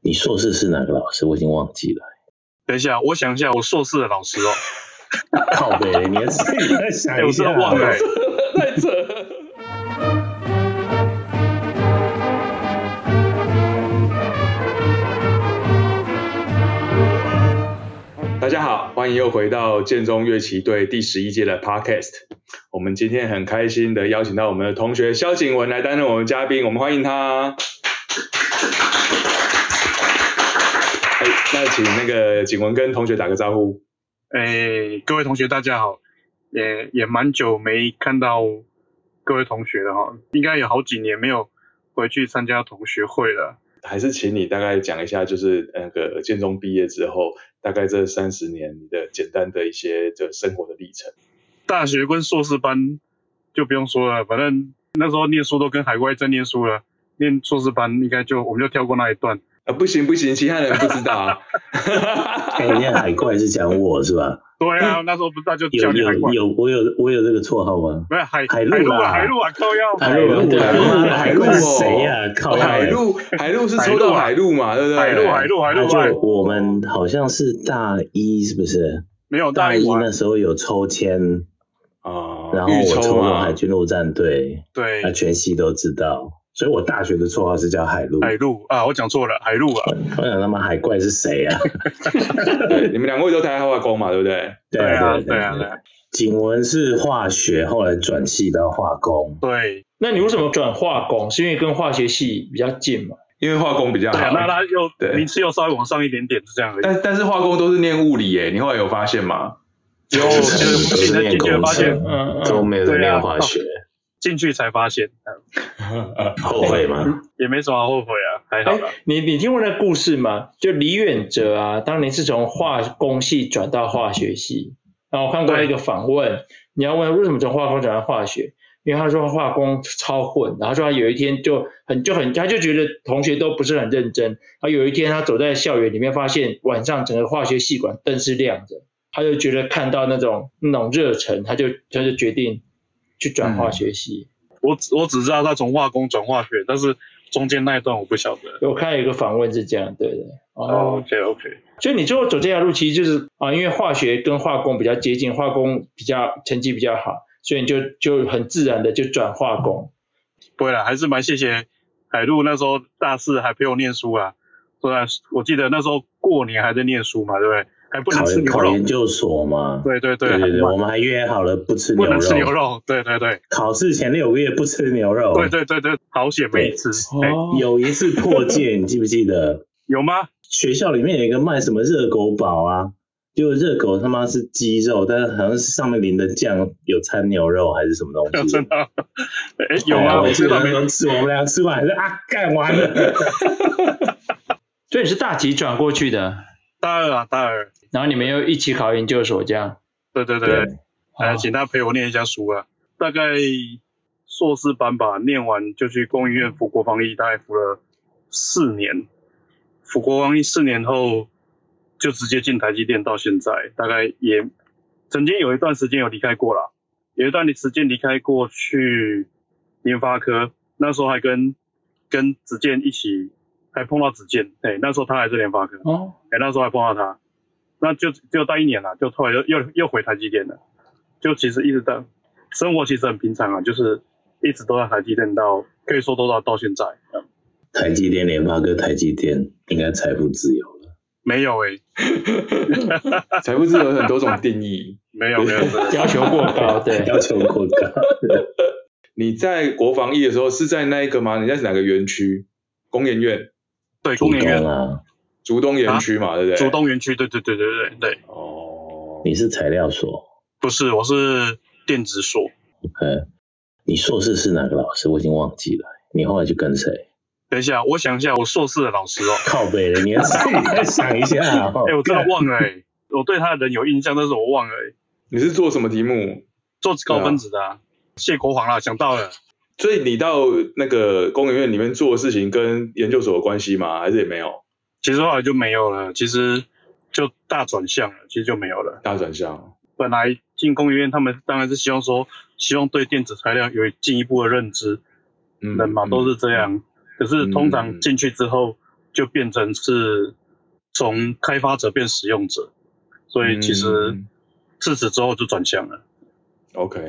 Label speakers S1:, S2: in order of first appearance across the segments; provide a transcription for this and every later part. S1: 你硕士是哪个老师？我已经忘记了。
S2: 等一下，我想一下，我硕士的老师 哦，
S1: 靠背，你还自己在想
S2: 哎，
S1: 一
S2: 我真
S1: 下
S2: 的忘了、哎
S3: 在这。大家好，欢迎又回到建中乐器队第十一届的 Podcast。我们今天很开心的邀请到我们的同学萧景文来担任我们嘉宾，我们欢迎他。哎，那请那个景文跟同学打个招呼。
S2: 哎，各位同学，大家好，也也蛮久没看到各位同学了哈，应该有好几年没有回去参加同学会了。
S3: 还是请你大概讲一下，就是那个建中毕业之后，大概这三十年你的简单的一些这生活的历程。
S2: 大学跟硕士班就不用说了，反正那时候念书都跟海外在念书了，念硕士班应该就我们就跳过那一段。
S3: 啊，不行不行，其他人不知道 啊。
S1: 哎，人家海怪是讲我是吧？
S2: 对啊，那时候不是那就
S1: 有
S2: 叫你海
S1: 嗯有
S2: 怪，
S1: 有，我有我有这个绰号吗？
S2: 不是海
S1: 海陆
S2: 陆
S1: 啦
S2: 啊，海陆啊，靠腰。
S1: 海陆啊
S3: 陆海陆
S1: 海
S3: 海陆
S1: 陆
S3: 哦
S1: 是谁呀？靠呀
S3: 海陆海陆是抽到海陆嘛，对不对？
S2: 海陆海陆海
S1: 那
S2: 陆啊海
S1: 就我们好像是大一是不是？
S2: 没有
S1: 大
S2: 一
S1: 一
S2: 玩
S1: 那时候有抽签，
S3: 啊，
S1: 然后
S3: 预
S1: 我
S3: 抽
S1: 抽到
S3: 嘛
S1: 海，军陆战队，
S2: 对
S1: 那全系都知道，所以我大学的绰号是叫海陆。
S2: 海陆啊，我讲错了，海陆啊，
S1: 我想他妈海怪是谁啊？
S3: 对，你们两位都台海外工嘛，对不对？
S2: 对啊对啊
S1: 对
S2: 对啊，
S1: 景文是化学，后来转系到化工。
S2: 对
S4: 那你为什么转化工？是因为跟化学系比较近嘛？
S3: 因为化工比较
S2: 对啊，那
S3: 好，
S2: 他又
S3: 对
S2: 名次又稍微往上一点点，是这样而已。
S3: 但但是化工都是念物理耶，你后来有发现吗？
S2: 有
S1: 都
S2: 哦就是不
S1: 是
S2: 仅
S1: 念
S2: 进去
S1: 工
S2: 发现，
S1: 程，
S4: 嗯嗯
S1: 都没有在
S2: 对啊
S1: 念化学，
S2: 进去才发现，嗯
S1: 后悔吗？
S2: 也没什么好后悔啊，还好
S4: 哎
S2: 啦。，
S4: 你你听过那故事吗？就李远哲啊，当年是从化工系转到化学系。然后我看过
S2: 对
S4: 一个访问，你要问他为什么从化工转到化学，因为他说化工超混，然后说他有一天就很就很，他就觉得同学都不是很认真。他有一天他走在校园里面，发现晚上整个化学系馆灯是亮着，他就觉得看到那种那种热忱，他就他就决定去转化学系。
S2: 我只我只知道他从化工转化学，但是中间那一段我不晓得。
S4: 我看有一个访问是这样，对的。哦，
S2: OK OK，
S4: 所以你最后走这条路，其实就是啊，因为化学跟化工比较接近，化工比较成绩比较好，所以你就就很自然的就转化工。
S2: 不会啦，还是蛮谢谢海陆那时候大四还陪我念书啊。对啊，我记得那时候过年还在念书嘛，对不对？还不能
S1: 考
S2: 吃牛
S1: 考
S2: 肉。
S1: 研究所嘛。
S2: 对对
S1: 对
S2: 还
S1: 对对，
S2: 不
S1: 我们还约好了不吃
S2: 不
S1: 牛
S2: 能吃牛
S1: 肉，
S2: 肉。对对对
S1: 考试前六个月不吃牛肉。
S2: 对对对对，好险没
S1: 哦对
S2: 吃。哎，
S4: 哦，
S1: 有一次破戒，你记不记 得？
S2: 有吗？
S1: 学校里面有一个卖什么热狗堡啊，结果热狗他妈是鸡肉，但是好像是上面淋的酱有掺牛肉还是什么东西
S2: 真。的？哎，有
S1: 哎呀
S2: 吗？
S1: 我
S2: 我
S1: 记
S2: 知
S1: 得
S2: 道
S1: 那
S2: 没
S1: 时
S2: 有。
S1: 候吃，我们俩吃完还是啊，干完了。
S4: 所以你是大几转过去的，
S2: 大二啊，大二。
S4: 然后你们又一起考研究所这样。
S2: 对对对。
S4: 哦
S2: 呃，请他陪我念一下书啊，大概硕士班吧，念完就去工研院服国防役，大概服了四年。服国防役四年后，就直接进台积电，到现在大概也曾经有一段时间有离开过啦，有一段时间离开过去联发科，那时候还跟跟子健一起，还碰到子健，哎、那时候他还是联发科，
S4: 哦，
S2: 哎、那时候还碰到他，那就就待一年了，就后来又又又回台积电了，就其实一直到生活其实很平常啊，就是一直都在台积电到可以说都到到现在，嗯
S1: 台积电、联发科、台积电应该财富自由了。
S2: 没有欸诶、
S3: 财富自由有很多种定义。
S2: 没 有 没有，真的
S4: 要求过高，对。
S1: 要求过高。
S3: 你在国防役的时候是在那一个吗？你在哪个园区？工研院、
S2: 对工研
S1: 主
S2: 院
S1: 攻啊，
S3: 竹东园区嘛，对不对？
S2: 啊竹东园区，对对对对对对，
S3: 哦，
S1: 你是材料所，
S2: 不是，我是电子所，
S1: 嗯，你硕士是哪个老师？我已经忘记了。你后来去跟谁？
S2: 等一下，我想一下，我硕士的老师哦，
S1: 靠背了，你要自己再想一下、哦。
S2: 哎、我真的忘了诶、我对他的人有印象，但是我忘了、诶
S3: 你是做什么题目？
S2: 做高分子的、啊谢国煌啦，想到了，
S3: 所以你到那个工研院里面做的事情跟研究所有关系吗？还是也没有
S2: 其实后来就没有了，其实就大转向了，其实就没有了。
S3: 大转向？
S2: 本来进工研院，他们当然是希望说，希望对电子材料有进一步的认知，
S3: 嗯
S2: 人嘛都是这样。可是通常进去之后，就变成是从开发者变使用者，所以其实
S3: 嗯
S2: 自此之后就转向了。
S3: OK，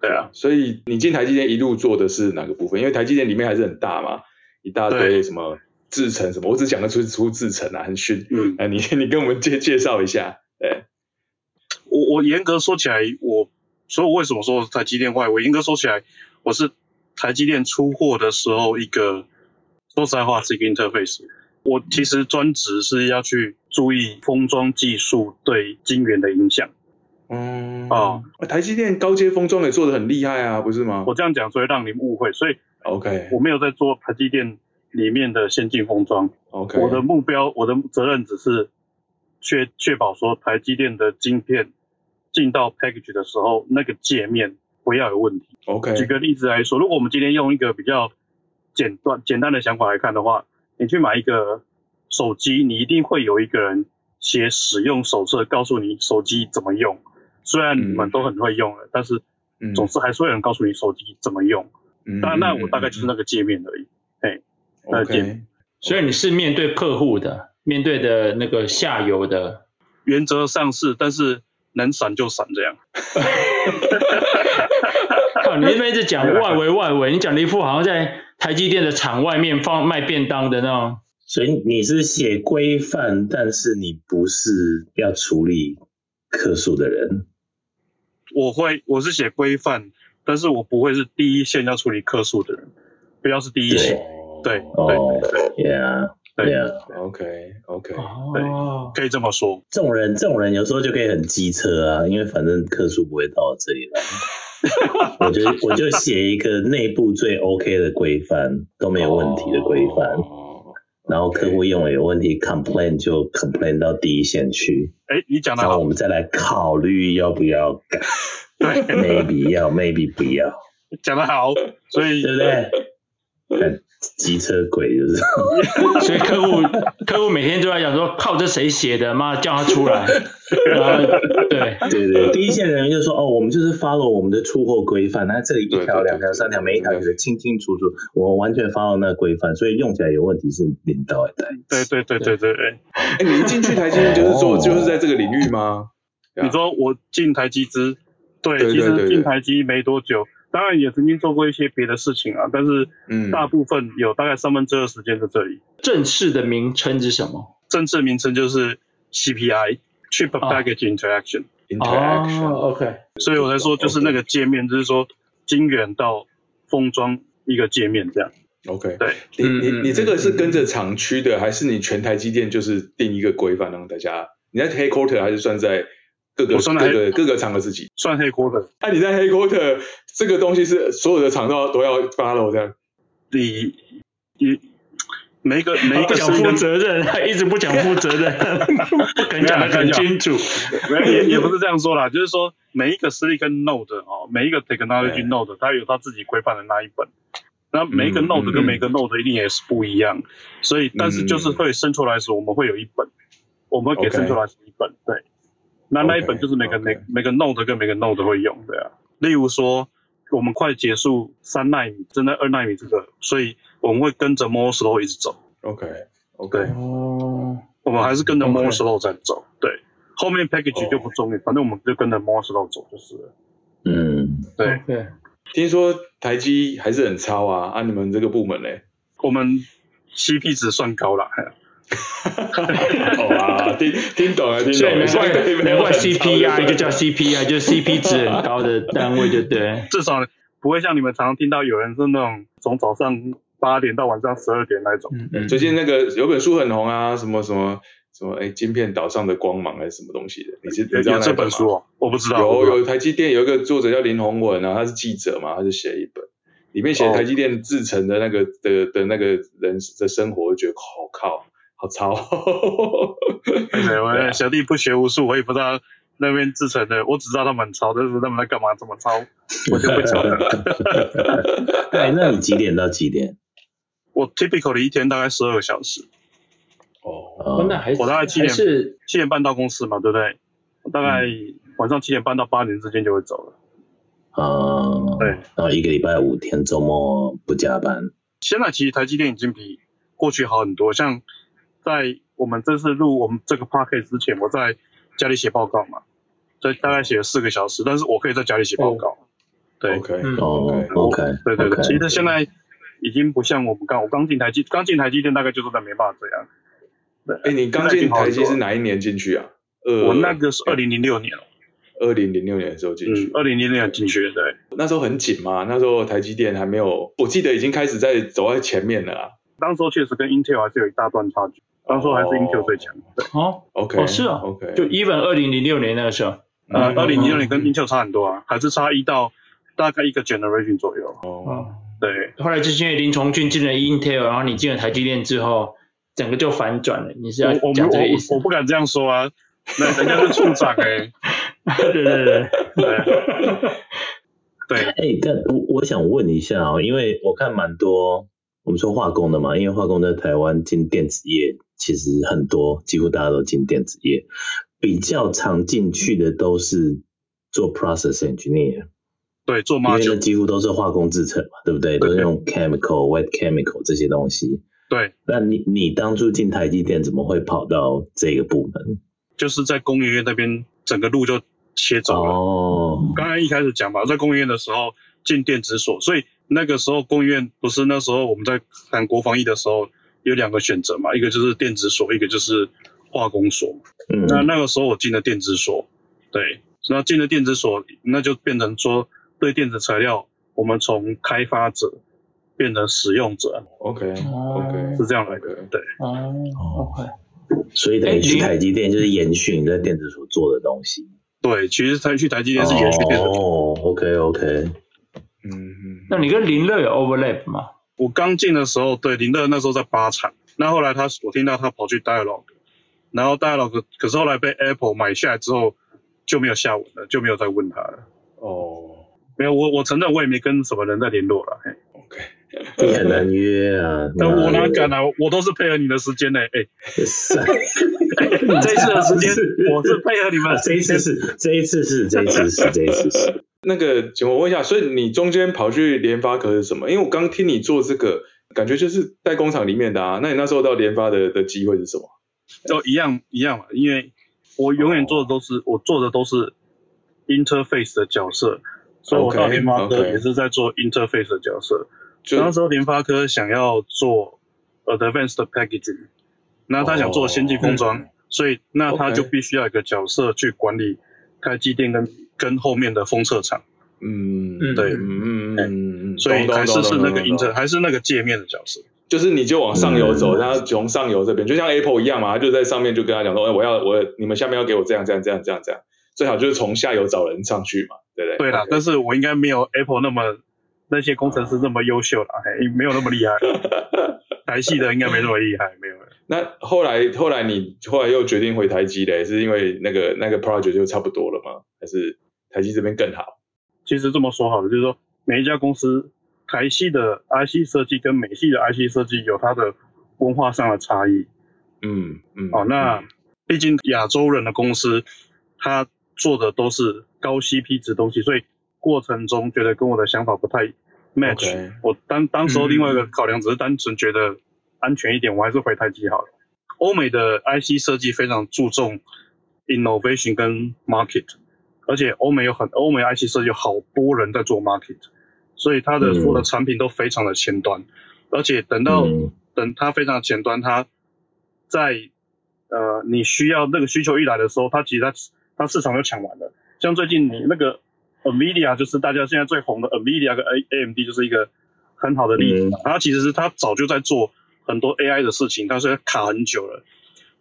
S2: 对啊，
S3: 所以你进台积电一路做的是哪个部分？因为台积电里面还是很大嘛，一大堆
S2: 对
S3: 什么制程什么，我只讲得出出制程啊，很逊。
S2: 嗯，
S3: 啊，你你跟我们介介绍一下，对，
S2: 我我严格说起来，我所以我为什么说台积电坏？我严格说起来，我是台积电出货的时候一个说实在话是一个 interface。我其实专职是要去注意封装技术对晶圆的影响。
S3: 嗯
S2: 哦，
S3: 台积电高阶封装也做得很厉害啊，不是吗
S2: 我这样讲，所以让你们误会，所以
S3: ？OK
S2: 我没有在做台积电里面的先进封装。
S3: OK，
S2: 我的目标，我的责任只是确确保说台积电的晶片进到 package 的时候，那个界面不要有问题。
S3: OK，
S2: 举个例子来说，如果我们今天用一个比较简短简单的想法来看的话，你去买一个手机，你一定会有一个人写使用手册，告诉你手机怎么用。虽然你们都很会用了，但是
S3: 嗯
S2: 总是还是会有人告诉你手机怎么用。
S3: 嗯
S2: 那那我大概
S3: 嗯
S2: 就是那个界面而已。
S3: 嗯
S2: 那
S3: OK，
S2: 点
S4: 所以你是面对客户的，面对的那个下游的，
S2: 原则上是，但是能闪就闪这样。
S4: 靠，你那边一直讲外围外围，你讲的一副好像在台积电的厂外面放卖便当的那种。
S1: 所以你是写规范，但是你不是要处理客诉的人。
S2: 我会我是写规范，但是我不会是第一线要处理客诉的人，不要是第一线。对对
S1: 哦，Yeah，
S2: 对
S1: Yeah，
S3: ，OK OK，
S4: 哦，
S2: 可以这么说。
S1: 这种人，这种人有时候就可以很机车啊，因为反正客诉不会到我这里来。我就我就写一个内部最 OK 的规范，都没有问题的规范，
S3: 哦
S1: 然后客户用了有问题 complain 就 complain 到第一线去，
S2: 哎，你讲的
S1: 然后我
S2: 好，
S1: 们再来考虑要不要改
S2: 对，
S1: ，maybe 要，maybe 不要，
S2: 讲的好。所以
S1: 对不对？看机车鬼就是。
S4: 所以客户客户每天都在讲说，靠，这谁写的？妈，叫他出 来。然后对，
S1: 对对，第一线人员就说哦，我们就是 follow 我们的出货规范，那这里一
S3: 对
S1: 条、
S3: 对
S1: 两
S3: 对
S1: 条、
S3: 对
S1: 三条，
S3: 对
S1: 每一条
S3: 对
S1: 写的清清楚楚，我完全 follow 那个规范，所以用起来有问题是领导来带。
S2: 对对对对对对，
S3: 哎，你一进去台积电就是做
S1: 哦
S3: 就是在这个领域吗？对啊
S2: 你说我进台积资，对，
S3: 对对
S2: 其
S3: 对对
S2: 实进台积没多久，当然也曾经做过一些别的事情啊，但是
S3: 嗯
S2: 大部分有大概三分之二时间在这里。
S4: 正式的名称是什么？
S2: 正式名称就是 CPI Chip
S4: 哦
S2: Package Interaction，、
S3: interaction，
S4: 哦，OK，
S2: 所以我才说就是那个界面，就是说晶圆到封装一个界面这样。
S3: OK，
S2: 对，
S3: 你
S4: 嗯
S3: 你
S4: 嗯
S3: 你这个是
S4: 嗯
S3: 跟着厂区的，还是你全台积电就是定一个规范让大家？你在 headquarter 还是算在各个
S2: 我算在
S3: 各个各个厂的自己？
S2: 算黑锅的，
S3: 那、你在 headquarter 这个东西是所有的厂都要都要 follow 这样？
S2: 你你每一个每一
S4: 不
S2: 个
S4: 想
S2: 声音
S4: 负责任，他一直不讲负责任，不肯讲的很清楚。
S2: 没有也也不是这样说啦，就是说每一个实力跟 node 哦，每一个 technology
S3: 对
S2: node 它有它自己规范的那一本，那每一个
S3: 嗯
S2: node
S3: 嗯
S2: 跟每一个 node 一定也是不一样，所以但是就是
S3: 嗯
S2: 会 centralize 我们会有一本，我们会给
S3: OK
S2: centralize 一本，对，那那一
S3: OK，
S2: 本就是每个每
S3: OK
S2: 每个 node 跟每个 node 会用的啊，例如说我们快结束三纳米，正在二纳米这个，所以我们会跟着 Moore's law 一直走。
S3: OK OK，
S2: 对
S4: 哦，
S2: 我们还是跟着
S4: OK
S2: Moore's Law 在走。对，后面 package
S3: 哦
S2: 就不重要，反正我们就跟着 Moore's Law 走就是了。
S1: 嗯，
S2: 对，
S4: 对，
S3: 听说台积还是很超啊，啊，你们这个部门嘞？
S2: 我们 CP 值算高了，
S3: 哦啊，听听懂了，听
S4: 所
S3: 懂
S4: 以
S3: 了，
S4: 难怪
S3: 相对没有
S4: 难怪
S3: 很超
S4: CPI 就叫
S3: 对
S4: CPI，就是 CP 值很高的单位，就对。
S2: 至少不会像你们常常听到有人是那种从早上八点到晚上十二点那种。
S4: 嗯嗯
S3: 最近那个有本书很红啊，什么什么什么，哎，晶片岛上的光芒还是什么东西的？你是你
S2: 有
S3: 知道
S2: 有
S3: 那
S2: 这
S3: 一本
S2: 本
S3: 吗
S2: 书哦，我不知道。我
S3: 有
S2: 不知道
S3: 有台积电有一个作者叫林宏文啊，他是记者嘛，他就写一本，里面写
S2: 哦
S3: 台积电制成的那个、的的那个人的生活，我觉得好靠，好超。
S2: 对，我
S3: 对啊
S2: 哎小弟不学无术，我也不知道那边制成的，我只知道他们很抄，但是他们在干嘛这么抄，我就不 晓得。
S1: 哎，那你几点到几点？
S2: 我 typical 的一天大概十二个小时，
S3: 哦，
S1: 哦
S4: 哦那还
S2: 我大概七
S4: 还
S2: 点
S4: 是
S2: 七点半到公司嘛，对不对？大概晚上七点半到八点之间就会走了。
S1: 啊，
S2: 对
S1: 然后一个礼拜五天，周末不加班。
S2: 现在其实台积电已经比过去好很多。像在我们这次录我们这个 p o c k e t 之前，我在家里写报告嘛，所以大概写了四个小时，但是我可以在家里写报
S3: 哦
S2: 告。对
S3: ，OK，
S4: 嗯
S1: 哦，OK，
S2: 对对对，
S1: OK
S2: 其实现在已经不像我们刚我刚进台积，刚进台积电大概就是那没办法这样。
S3: 哎、你刚进台积是哪一年进去啊？二
S2: 我那个是二零零六年，
S3: 二零零六年的时候进去
S2: 嗯，，二零零六年进去的，对。
S3: 那时候很紧嘛，那时候台积电还没有，我记得已经开始在走在前面了啦。
S2: 当时候确实跟 Intel 还是有一大段差距，当时候还是 Intel 最强。对，
S4: 哦，
S3: OK，
S4: 哦是啊
S3: ，OK，
S4: 就 even 二零零六年那个时候，
S2: 呃，
S3: 嗯
S2: 二零一六年跟 Intel 差很多啊，还是差一到大概一个 generation 左右。
S3: 哦，
S2: 对，
S4: 后来就是因为林崇俊进了 Intel，然后你进了台积电之后，整个就反转了。你是要
S2: 我我
S4: 讲这个意
S2: 我
S4: 思
S2: 我？不敢这样说啊，那人家是处长哎、
S4: 对对对对，
S2: 对对，
S1: 哎、但我我想问一下哦，因为我看蛮多我们说化工的嘛，因为化工在台湾进电子业其实很多，几乎大家都进电子业，比较常进去的都是做 process engineer，
S2: 对，做
S1: 因为那
S2: module，
S1: 几乎都是化工制成嘛，对不对？都是
S2: 对
S1: 用 chemical、wet chemical 这些东西。
S2: 对，
S1: 那你你当初进台积电，怎么会跑到这个部门？
S2: 就是在工研院那边整个路就切走了。
S1: 哦，
S2: 刚才一开始讲吧，在工研院的时候进电子所，所以那个时候工研院不是那时候我们在谈国防疫的时候有两个选择嘛，一个就是电子所，一个就是化工所。
S1: 嗯，
S2: 那那个时候我进了电子所，对，然后进了电子所，那就变成说对电子材料，我们从开发者变成使用者，
S3: ，OK，OK，
S2: 是这样来的。
S3: OK，
S4: 哦，OK，
S1: 所以等
S4: 哎
S1: 于去
S4: 你
S1: 台积电就是延续你在电子所做的东西。
S2: 对，其实台去台积电是延续电子所。
S1: 哦，OK OK，
S3: 嗯嗯，
S4: 那你跟林乐有 overlap 吗？
S2: 我刚进的时候，对林乐那时候在八厂，那后来他我听到他跑去 Dialog，然后 Dialog 可是后来被 Apple 买下来之后就没有下文了，就没有再问他了。
S3: 哦
S2: 没有，我我承认我也没跟什么人在联络了，嘿
S3: ，OK，
S1: 你很难约 啊。
S2: 但我 哪敢
S1: 啊？
S2: 啊？我都是配合你的时间 呢、哎、
S1: 塞
S2: 你这一次的时间
S1: 是，
S2: 我是配合你们的
S1: 啊这一
S2: 时
S1: 次
S2: 间。
S1: 是，这一次是，这一次 是，这一次是。
S3: 那个，请我问一下，所以你中间跑去联发科是什么？因为我刚听你做这个，感觉就是在工厂里面的啊。那你那时候到联发的的机会是什么？
S2: 都一样一样嘛，因为我永远做的都是、
S3: 哦
S2: 我做的都是 interface 的角色，所以我到
S3: OK，
S2: 联发科
S3: OK
S2: 也是在做 interface 的角色。
S3: 就
S2: 那时候联发科想要做 advanced packaging，那他想做先进封装，所以那他
S3: 哦 OK
S2: 就必须要有一个角色去管理台积电跟跟后面的封测厂，
S3: 嗯，
S4: 嗯
S2: 对
S3: 嗯嗯嗯嗯，
S2: 所以
S3: 懂懂
S2: 还是
S3: 懂
S2: 是那
S3: 懂
S2: 个
S3: 懂懂
S2: inter 还是那个界面的角色。
S3: 就是你就往上游走，
S1: 嗯
S3: 然后从上游这边，就像 Apple 一样嘛，他就在上面就跟他讲说，哎，我要我你们下面要给我这样这样这样这样这样，最好就是从下游找人上去嘛，对不对？
S2: 对啊啦
S3: OK
S2: 但是我应该没有 Apple 那么那些工程师那么优秀啦，嘿，没有那么厉害。台系的应该没那么厉害，没有。
S3: 那后来后来你后来又决定回台积嘞，是因为那个那个 project 就差不多了吗？还是台积这边更好？
S2: 其实这么说好了，就是说每一家公司台系的 IC 设计跟美系的 IC 设计有它的文化上的差异。
S3: 嗯嗯，
S2: 哦，那
S3: 嗯
S2: 毕竟亚洲人的公司，他做的都是高 CP 值东西，所以过程中觉得跟我的想法不太 match。
S3: OK 嗯
S2: 我当当时候另外一个考量只是单纯觉得安全一点，我还是回台积好了。欧美的 IC 设计非常注重 innovation 跟 market，而且欧美有很欧美 IC 设计有好多人在做 market，所以它的
S1: 嗯
S2: 所有的产品都非常的前端，而且等到、
S1: 嗯
S2: 等它非常前端，它在呃你需要那个需求一来的时候，它其实它它市场就抢完了。像最近你那个 Nvidia 就是大家现在最红的 Nvidia 跟 A AMD 就是一个很好的例子嘛。
S4: 嗯
S2: 它其实是它早就在做很多 AI 的事情，但是卡很久了。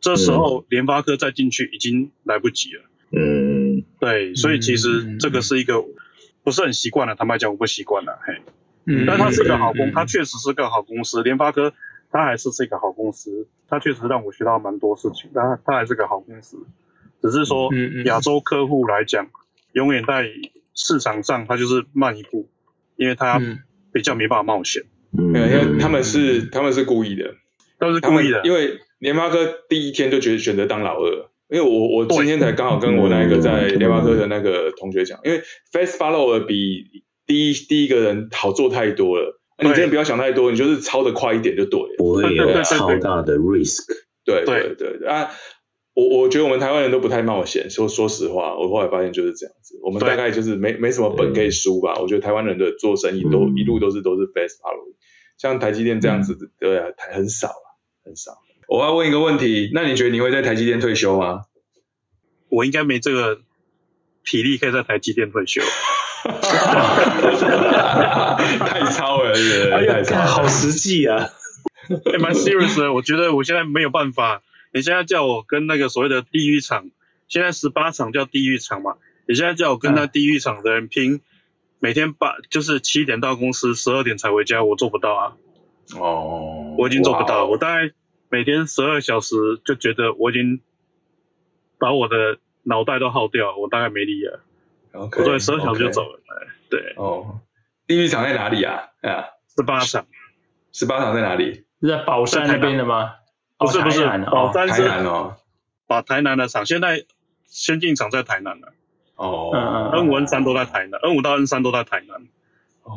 S2: 这时候联发科再进去已经来不及了。
S1: 嗯，
S2: 对，所以其
S4: 嗯嗯
S2: 实
S4: 嗯
S2: 这个是一个不是很习惯了，坦白讲我不习惯了。嘿，
S4: 嗯
S2: 但它是一个好
S4: 嗯
S2: 公，
S4: 嗯
S2: 它确实是个好公司。联发科它还是是一个好公司，它确实让我学到蛮多事情。但它它还是个好公司，只是说
S4: 嗯嗯
S2: 亚洲客户来讲，永远在市场上它就是慢一步，因为它
S4: 嗯
S2: 比较没办法冒险，
S1: 嗯
S3: 没有，因为他们是他们是故意的，
S2: 都是
S3: 他
S2: 故
S3: 们
S2: 意的。
S3: 因为联发科第一天就决选择当老二，因为我我今天才刚好跟我那
S2: 嗯
S3: 个在联发科的那个同学讲，因为 Fast Follower 比第一第一个人好做太多了。啊你真的不要想太多，你就是抄的快一点就对了。
S1: 嗯不会
S2: 对对对
S1: 有
S2: 对
S1: 超大的 risk。
S3: 对
S2: 对
S3: 对对对啊！我我觉得我们台湾人都不太冒险，说说实话，我后来发现就是这样子。我们
S2: 对嗯
S3: 大概就是没没什么本可以输吧。我觉得台湾人的做生意都、
S1: 嗯
S3: 一路都是都是 fast follow，像台积电这样子，
S2: 嗯
S3: 对啊，台很少啊，很少。我要问一个问题，那你觉得你会在台积电退休吗？
S2: 我应该没这个体力可以在台积电退休。
S3: 太超了，对
S2: 哎
S3: 对对太超
S1: 干
S3: 了。
S1: 好实际啊！
S2: 也哎蛮 serious 的。我觉得我现在没有办法。你现在叫我跟那个所谓的地狱场，现在十八场叫地狱场嘛？你现在叫我跟
S3: 嗯
S2: 那地狱场的人拼，每天八就是七点到公司，十二点才回家，我做不到啊，
S3: 哦，
S2: 我已经做不到。
S3: 哇
S2: 我大概每天十二小时就觉得我已经把我的脑袋都耗掉，我大概没力了，
S3: OK，
S2: 我做十二小时就
S3: OK
S2: 走了。哎对，
S3: 哦，地狱场在哪里啊？啊，
S2: 十八场
S3: 十八场在哪里？
S4: 是在宝山那边的吗？
S2: 不是不是
S4: 哦台南哦
S2: 宝山
S3: 台
S2: 是
S3: 南哦。
S2: 把台南的场，现在先进场在台南了
S3: 哦，
S4: 嗯嗯
S2: ，N 五 N 三都在台南，N 五到 N 三都在台南。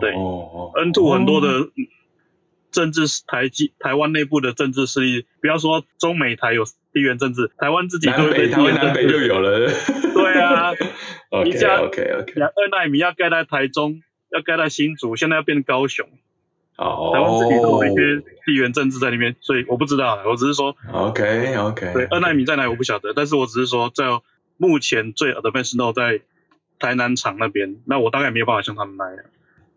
S2: 对嗯
S3: 哦
S2: N two 很多的政治台基台湾内部的政治势力，不要说中美台有地缘政治，台湾自己都
S3: 南
S2: 会
S3: 北
S2: 被
S3: 台
S2: 地
S3: 湾
S2: 缘政
S3: 南北就
S2: 治。
S3: 有了。
S2: 对啊，
S3: OK
S2: 你讲
S3: OK OK，
S2: 两二奈米要盖在台中，要盖在新竹，现在要变高雄，
S3: 哦，
S2: 台湾自己都有一些地缘政治在里面，所以我不知道啊，我只是说，
S3: 哎 OK OK，
S2: 对二奈米在哪里我不晓得，但是我只是说，在目前最 advanced node 在台南厂那边，那我大概没有办法像他们那样，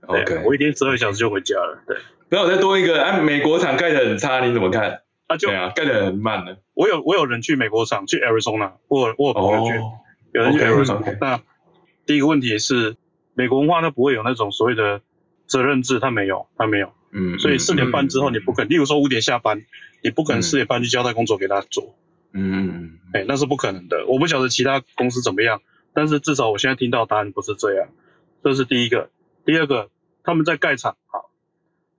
S2: 对啊
S3: OK，
S2: 我一天十二小时就回家了，对，
S3: 那我再多一个，啊，美国厂盖的很差，你怎么看？
S2: 啊就
S3: 对啊，盖的很慢呢。
S2: 我有我有人去美国厂，去 Arizona，我有我有朋友去，
S3: 哦
S2: 有人去
S3: OK，
S2: Arizona、
S3: OK
S2: 那第一个问题是，美国文化它不会有那种所谓的责任制，它没有，它没有。
S3: 嗯，
S2: 所以四点半之后你不可能，例如说五点下班，你不可能
S3: 嗯
S2: 四点半去交代工作给他做，
S3: 嗯，嗯
S2: 哎、那是不可能的。我不晓得其他公司怎么样，但是至少我现在听到答案不是这样。这是第一个，第二个，他们在盖厂，好，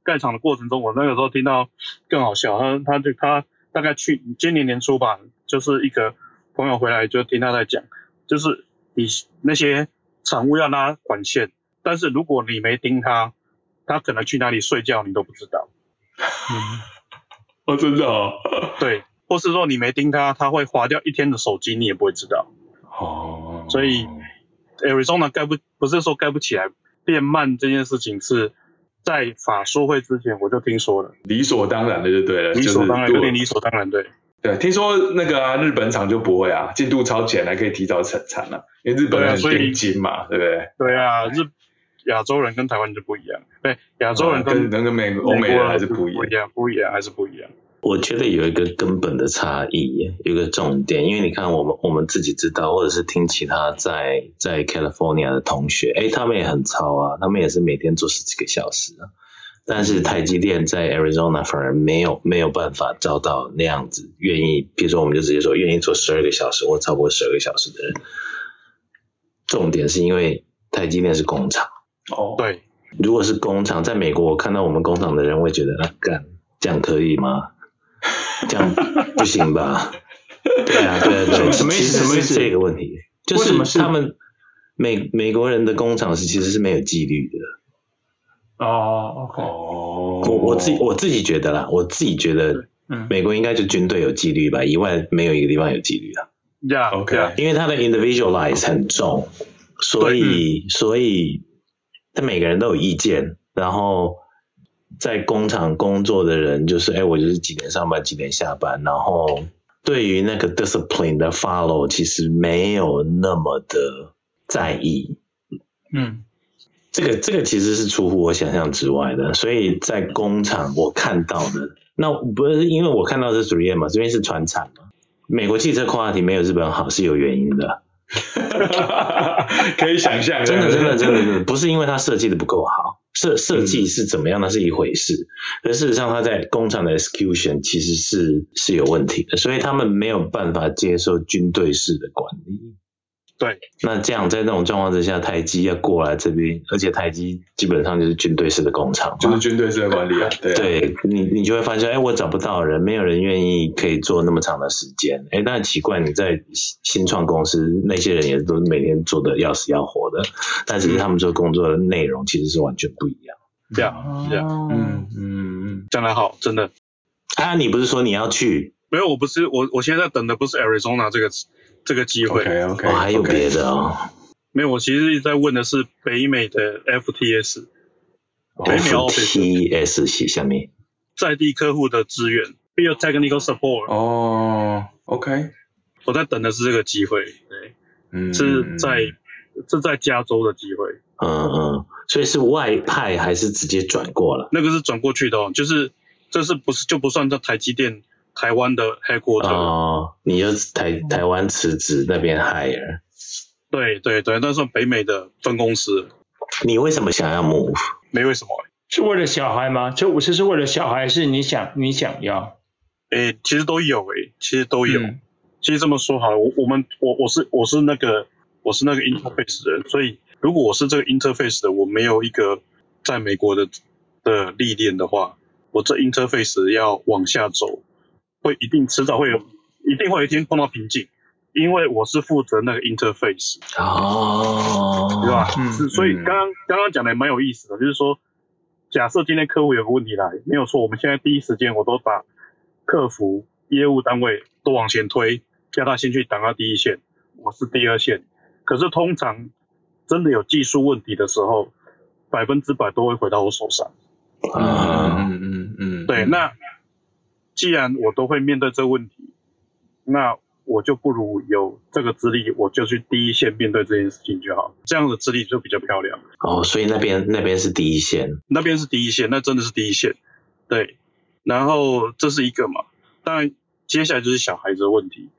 S2: 盖厂的过程中，我那个时候听到更好笑，他他就他大概去今年年初吧，就是一个朋友回来就听他在讲，就是你那些厂务要拉管线，但是如果你没盯他，他可能去哪里睡觉你都不知道，
S3: 哦，真的哦，
S2: 对，或是说你没盯他，他会划掉一天的手机，你也不会知道。
S3: 哦，
S2: 所以 Arizona 盖不不是说盖不起来，变慢这件事情是在法说会之前我就听说了，
S3: 理所当然的就对了，
S2: 理所当然，
S3: 就是
S2: 有点理所当然，对，
S3: 对，听说那个啊，日本厂就不会啊，进度超前还可以提早产产啊，因为日本人
S2: 对啊所
S3: 很
S2: 以
S3: 定金嘛，对不对？
S2: 对啊，日亚洲人跟台湾就不一样，对，亚洲人
S3: 啊跟
S2: 跟
S3: 那个美欧美人还是不一
S2: 不
S3: 样
S2: 一。样，不一样还是不一样，
S1: 我觉得有一个根本的差异，有一个重点，因为你看我们我们自己知道，或者是听其他在在 California 的同学，诶，他们也很超啊，他们也是每天做十几个小时啊。但是台积电在 Arizona 反而没有没有办法招到那样子愿意，比如说我们就直接说愿意做十二个小时或超过十二个小时的人。重点是因为台积电是工厂。
S3: 哦，
S2: 对，
S1: 如果是工厂，在美国我看到我们工厂的人，会觉得啊，干这样可以 吗？这样不行吧？对啊，对啊，对啊，
S4: 什么意思
S1: 其实
S4: 什么意思
S1: 是这个问题就
S4: 为什么
S1: 是
S4: 是
S1: 他们美美国人的工厂是其实是没有纪律的。
S4: 哦，OK，
S3: 哦，
S1: 我我自己我自己觉得啦，我自己觉得
S4: 嗯，
S1: 美国应该就军队有纪律吧，以外没有一个地方有纪律啊。
S2: 呀
S3: OK
S2: 呀
S1: 因为他的 individualize 很重，所以、所以他每个人都有意见，然后在工厂工作的人就是，哎，我就是几点上班，几点下班，然后对于那个 discipline 的 follow 其实没有那么的在意，
S4: 嗯，
S1: 这个这个其实是出乎我想象之外的，所以在工厂我看到的，那不是因为我看到是 three 嘛，这边是船厂嘛，美国汽车 quality 没有日本好是有原因的。
S3: 可以想象，
S1: 真的，真的，真的， 真的，不是因为它设计的不够好，设
S3: 嗯
S1: 设计是怎么样，那是一回事。而事实上，它在工厂的 execution 其实是是有问题的，所以他们没有办法接受军队式的管理。
S2: 对，
S1: 那这样在那种状况之下，台积要过来这边，而且台积基本上就是军队式的工厂嘛，
S3: 就是军队式的管理啊，对啊，
S1: 对你，你就会发现，哎，我找不到人，没有人愿意可以做那么长的时间。哎，但奇怪，你在新新创公司，那些人也都每天做的要死要活的，但只是他们做工作的内容其实是完全不一样。
S2: 这样这样
S4: 嗯，
S3: 嗯嗯
S2: 讲得好，真的
S1: 啊，你不是说你要去？
S2: 没有，我不是我我现在等的不是 Arizona 这个这个机会
S3: ，OK OK，
S1: 哦，还有别的哦。
S2: 没有，我其实一直在问的是北美的 FTS 北美 office
S1: FTS 写下面，
S2: 在地客户的资源 b i o technical support，、
S3: 哦，OK，
S2: 我在等的是这个机会，对，
S3: 嗯，
S2: 是在是在加州的机会，
S1: 嗯嗯，所以是外派还是直接转过了？
S2: 那个是转过去的哦，就是这是不是就不算在台积电台湾的 headquarter，、
S1: 哦，你就是台台湾辞职那边 hire，
S2: 对对对，那算北美的分公司，
S1: 你为什么想要 move？
S2: 没为什么、
S4: 是为了小孩吗？这我是是为了小孩，还是你想你想要？
S2: 诶、其实都有诶、其实都有。
S3: 嗯
S2: 其实这么说好了，我我们我我是我是那个我是那个 interface 的人，所以如果我是这个 interface 的，我没有一个在美国的的历练的话，我这 interface 要往下走，会一定迟早会有，一定会有一天碰到瓶颈，因为我是负责那个 interface，
S1: 哦，
S2: 对吧？
S3: 嗯
S2: 是，所以
S3: 嗯
S2: 刚刚刚刚讲的也蛮有意思的，就是说，假设今天客户有个问题来，没有错，我们现在第一时间我都把客服、业务单位都往前推，叫他先去挡到第一线，我是第二线。可是通常真的有技术问题的时候，百分之百都会回到我手上。
S1: 啊，
S3: 嗯嗯嗯，
S2: 对，那既然我都会面对这个问题，那我就不如有这个资历，我就去第一线面对这件事情就好，这样的资历就比较漂亮。
S1: 哦，所以那边那边是第一线，
S2: 那边是第一线，那真的是第一线，对。然后这是一个嘛，当然接下来就是小孩子的问题。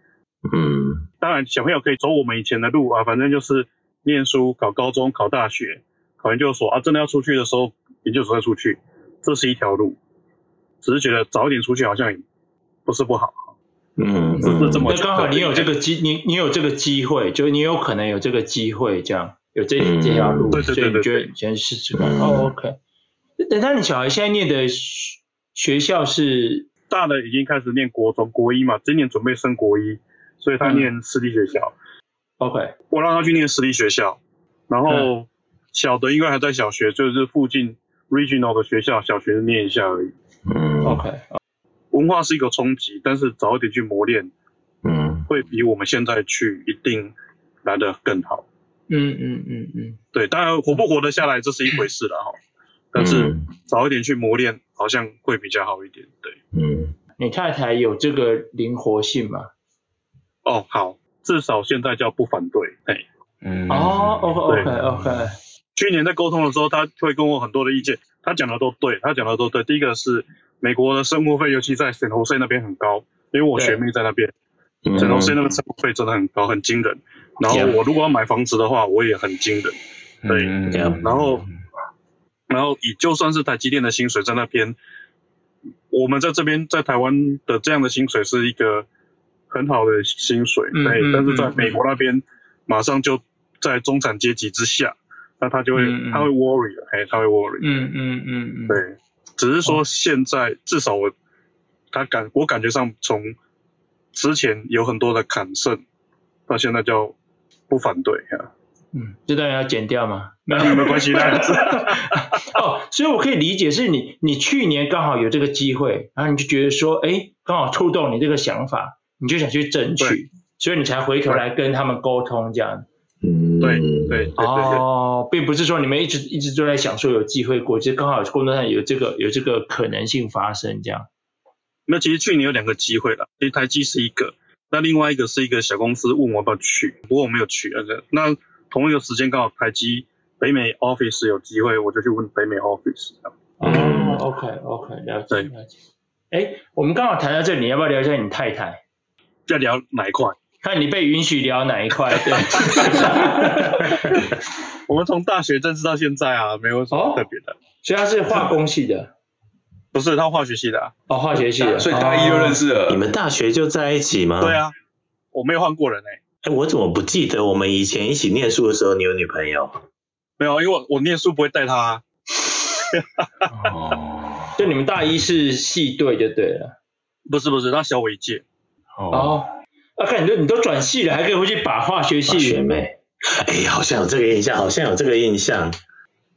S1: 嗯，
S2: 当然小朋友可以走我们以前的路啊，反正就是念书、考高中、考大学、考研究所啊，真的要出去的时候，研究所再出去，这是一条路。只是觉得早一点出去好像也不是不好，
S1: 嗯，
S2: 是是这么我
S4: 那刚好你有这个机，你你有这个机会，就你有可能有这个机会，这样有这
S1: 嗯
S4: 这条路，
S2: 对对
S4: 所
S2: 对
S4: 以你
S2: 对
S4: 觉
S2: 对
S4: 得先试试看。
S1: 嗯
S4: 哦，OK。那那你小孩现在念的学学校是
S2: 大的已经开始念国中国一嘛，今年准备升国一，所以他念私立学校。
S4: OK？
S2: 我让他去念私立学校，然后小的应该还在小学，就是附近 regional 的学校，小学念一下而已。
S1: 嗯
S4: OK，
S2: 文化是一个冲击，但是早一点去磨练，
S1: 嗯，
S2: 会比我们现在去一定来得更好。
S4: 嗯嗯嗯嗯，
S2: 对，当然活不活得下来这是一回事了哈，但是
S1: 嗯
S2: 早一点去磨练好像会比较好一点。对，
S1: 嗯
S4: 你太太有这个灵活性嘛？
S2: 哦，好，至少现在叫不反对。哎，
S3: 嗯
S4: 哦，OK OK OK，
S2: 去年在沟通的时候，他会跟我很多的意见，他讲的都对，他讲的都对。第一个是美国的生活费，尤其在省头税那边很高，因为我学妹在那边，
S1: 嗯，
S2: 省头税那边生活费真的很高，很惊人。然后
S1: Yeah
S2: 我如果要买房子的话，我也很惊人。对
S3: 嗯
S1: 对
S2: 然后然后以就算是台积电的薪水在那边，我们在这边在台湾的这样的薪水是一个很好的薪水，
S4: 嗯
S2: 对，
S4: 嗯
S2: 但是在
S4: 嗯
S2: 美国那边马上就在中产阶级之下，那他就会、
S4: 嗯嗯
S2: 他会 worry 了，哎，他会 worry，
S4: 嗯嗯嗯嗯，
S2: 对，只是说现在至少我他感我感觉上从之前有很多的砍剩，到现在就不反对啊，
S4: 嗯，这段要剪掉吗？
S2: 那没关系，那
S4: 哦，所以我可以理解是你，你去年刚好有这个机会，然后你就觉得说，哎，刚好触动你这个想法，你就想去争取，所以你才回头来跟他们沟通这样。
S1: 嗯，
S2: 对对对对对，
S4: 哦，并不是说你们一直一直都在想说有机会过，就刚好工作上有这个有这个可能性发生这样。
S2: 那其实去年有两个机会了，一台机是一个，那另外一个是一个小公司问我要不要去，不过我没有去。呃那同一个时间刚好台积北美 office 有机会，我就去问北美 office。
S4: 哦
S1: 嗯
S4: ，OK OK，了解
S2: 对
S4: 了解。哎，我们刚好谈到这里，要不要聊一下你太太？
S2: 要聊哪一块？
S4: 看你被允许聊哪一块？对，
S2: 我们从大学认识到现在啊，没有什么特别的。
S4: 所以他是化工系的，
S2: 不是他化学系的、啊，
S4: 哦，化学系的，
S3: 所以大一就认
S4: 识。
S3: 识
S1: 哦嗯你
S3: 了，
S1: 们大学就在一起吗？
S2: 对。啊，我没有换过人哎、
S1: 哎，我怎么不记得我们以前一起念书的时候，你有女朋友？
S2: 没有，因为我我念书不会带他、啊。
S3: 哦
S4: 就你们大一是系队就对了。
S2: 不是不是，他小我一届。
S3: 哦，
S4: 哦，啊，看你都你都转系了，还可以回去把化学
S1: 啊学
S4: 系。
S1: 妹。哎，好像有这个印象，好像有这个印象。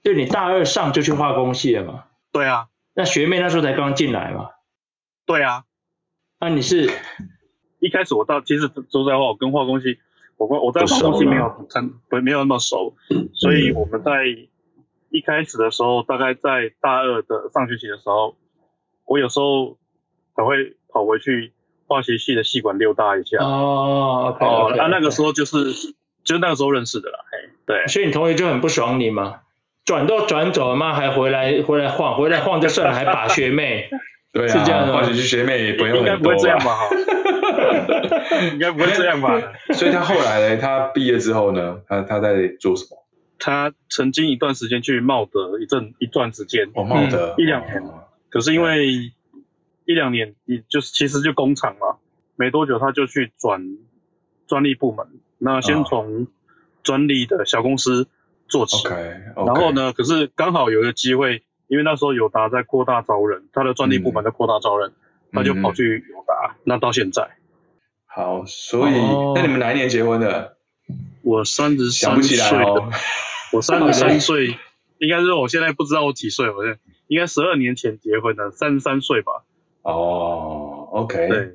S4: 对你大二上就去化工系了嘛？
S2: 对啊，
S4: 那学妹那时候才刚进来嘛？
S2: 对啊，
S4: 那你是
S2: 一开始我到其实说实在话，我跟化工系，我跟我在化工系没有很不没有那么熟，所以我们在一开始的时候，大概在大二的上学期的时候，我有时候还会跑回去化学系的系馆溜达一下。
S4: 哦，OK，
S2: 哦，那、那个时
S4: 候，
S2: 候就是就是那个时候认识的啦，哎，对，
S4: 所以你同学就很不爽你嘛？转都转走了嘛，还回来回来晃，回来晃就算了，还把学妹。
S3: 对啊
S4: 是这样的吗
S3: 化学系学妹也朋友
S2: 应该
S3: 很
S2: 不
S3: 多啊
S2: 会这样
S3: 吧？
S2: 吧？哈， 应该不会这样吧？
S3: 所以他后来呢，他毕业之后呢，他他在做什么？
S2: 他曾经一段时间去茂德一阵一段时间，
S3: 哦，茂德、
S2: 一两年
S3: 哦
S2: 可是因为一两年，你就是其实就工厂嘛，没多久他就去转专利部门，那先从专利的小公司做起。
S3: OK，
S2: 然后？呢，可是刚好有一个机会，因为那时候友达在扩大招人，他的专利部
S3: 嗯
S2: 门在扩大招人，他就跑去友达。那到现在，
S3: 好，所以、
S4: 哦
S3: 那你们哪一年结婚的？
S2: 我三十
S3: 想不
S2: 三
S3: 起
S2: 岁
S3: 来
S2: 的
S3: 哦，。
S2: 我三十三岁，应该是我现在不知道我几岁，我现在应该十二年前结婚的，三十三岁吧。
S3: 哦，OK，
S2: 对，